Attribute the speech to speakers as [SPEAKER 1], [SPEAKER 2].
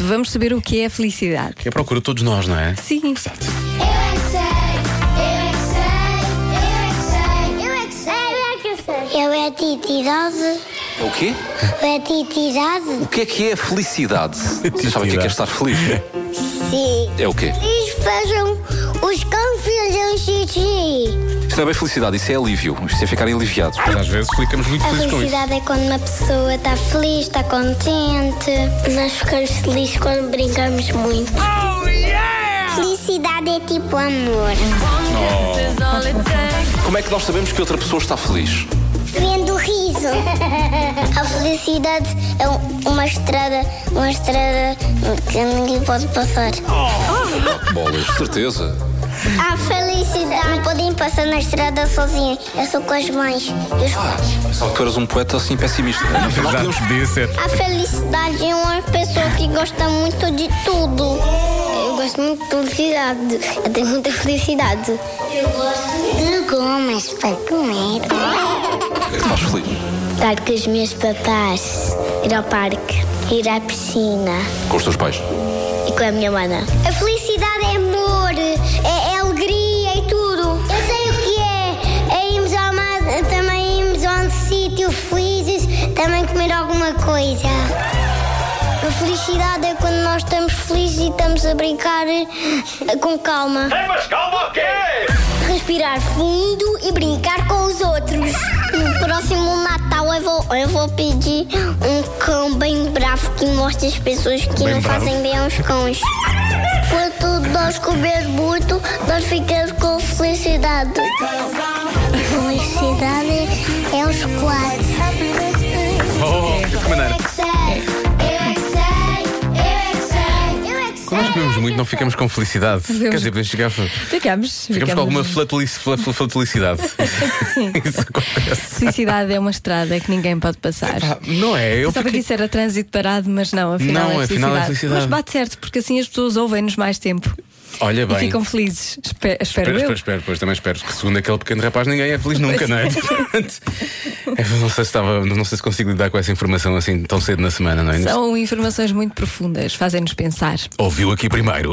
[SPEAKER 1] Vamos saber o que é a felicidade.
[SPEAKER 2] Que é a procura de todos nós, não é?
[SPEAKER 1] Sim.
[SPEAKER 2] Exato.
[SPEAKER 3] Eu é que sei, eu é que sei, eu é que sei, eu é que sei, eu é que sei. Eu é titidade,
[SPEAKER 4] O quê?
[SPEAKER 3] eu é titidade.
[SPEAKER 4] O que é que é a felicidade? Vocês sabem o que é, que é estar feliz?
[SPEAKER 3] Sim.
[SPEAKER 4] É o quê?
[SPEAKER 3] Eles fazem, os cães fazem xixi.
[SPEAKER 4] Isto não é bem felicidade, isso é alívio. Isto é ficar aliviado.
[SPEAKER 2] Mas às vezes ficamos muito
[SPEAKER 3] A
[SPEAKER 2] felizes com isso.
[SPEAKER 3] felicidade é quando uma pessoa está feliz, está contente. Nós ficamos felizes quando brincamos muito. Felicidade é tipo amor.
[SPEAKER 4] Como é que nós sabemos que outra pessoa está feliz?
[SPEAKER 3] Vendo o riso. A felicidade é um- uma estrada, uma estrada que ninguém pode passar.
[SPEAKER 4] Bolas, de certeza.
[SPEAKER 3] A felicidade. Não podem passar na estrada sozinhos. Eu sou com as mães e os pais.
[SPEAKER 4] Só que tu eras um poeta assim pessimista. No final podemos...
[SPEAKER 2] Exato, podia ser.
[SPEAKER 3] A felicidade é uma pessoa que gosta muito de tudo. Eu gosto muito de felicidade. Eu tenho muita felicidade. Eu gosto de Ah. gomas para comer.
[SPEAKER 4] O que é que faz feliz?
[SPEAKER 3] Estar com os meus papás. Ir ao parque. Ir à piscina.
[SPEAKER 4] Com os teus pais.
[SPEAKER 3] e com a minha mana. A felicidade é amor, é, é alegria e tudo. Eu sei o que é. É irmos ao mar, também irmos a um sítio felizes, também comer alguma coisa. A felicidade é quando nós estamos felizes e estamos a brincar eh, com calma.
[SPEAKER 5] Hey, mas calma o quê?
[SPEAKER 3] Respirar fundo e brincar com os outros. No próximo Natal eu vou, eu vou pedir um cão bem bravo que mostre as pessoas que
[SPEAKER 2] Bem
[SPEAKER 3] não
[SPEAKER 2] bravo.
[SPEAKER 3] fazem bem aos cães. Quando nós comermos muito, nós ficamos com felicidade. Felicidade é os quatro.
[SPEAKER 2] Oh,
[SPEAKER 1] É.
[SPEAKER 2] que
[SPEAKER 3] é
[SPEAKER 2] maneira.
[SPEAKER 3] é
[SPEAKER 2] Quando nós comemos muito, não ficamos com felicidade. Quer dizer, podemos chegar. Ficamos
[SPEAKER 1] Ficamos.
[SPEAKER 2] com alguma flatulência- fla- fla- flatelicidade. Isso acontece.
[SPEAKER 1] Felicidade é uma estrada que ninguém pode passar.
[SPEAKER 2] Pá, não é? Eu
[SPEAKER 1] Estava que
[SPEAKER 2] fiquei-
[SPEAKER 1] isso era trânsito parado, mas não, afinal,
[SPEAKER 2] Não,
[SPEAKER 1] é,
[SPEAKER 2] afinal é
[SPEAKER 1] felicidade.
[SPEAKER 2] felicidade.
[SPEAKER 1] Mas bate certo, porque assim as pessoas ouvem-nos mais tempo
[SPEAKER 2] Olha
[SPEAKER 1] e
[SPEAKER 2] bem.
[SPEAKER 1] ficam felizes. Espe- espero
[SPEAKER 2] Espero,
[SPEAKER 1] eu.
[SPEAKER 2] espero, espero, pois também espero que segundo aquele pequeno rapaz ninguém é feliz nunca, não é? Portanto, eu não sei se estava, não sei se consigo lidar com essa informação assim tão cedo na semana, não é?
[SPEAKER 1] São informações muito profundas, fazem-nos pensar.
[SPEAKER 2] Ouviu aqui primeiro.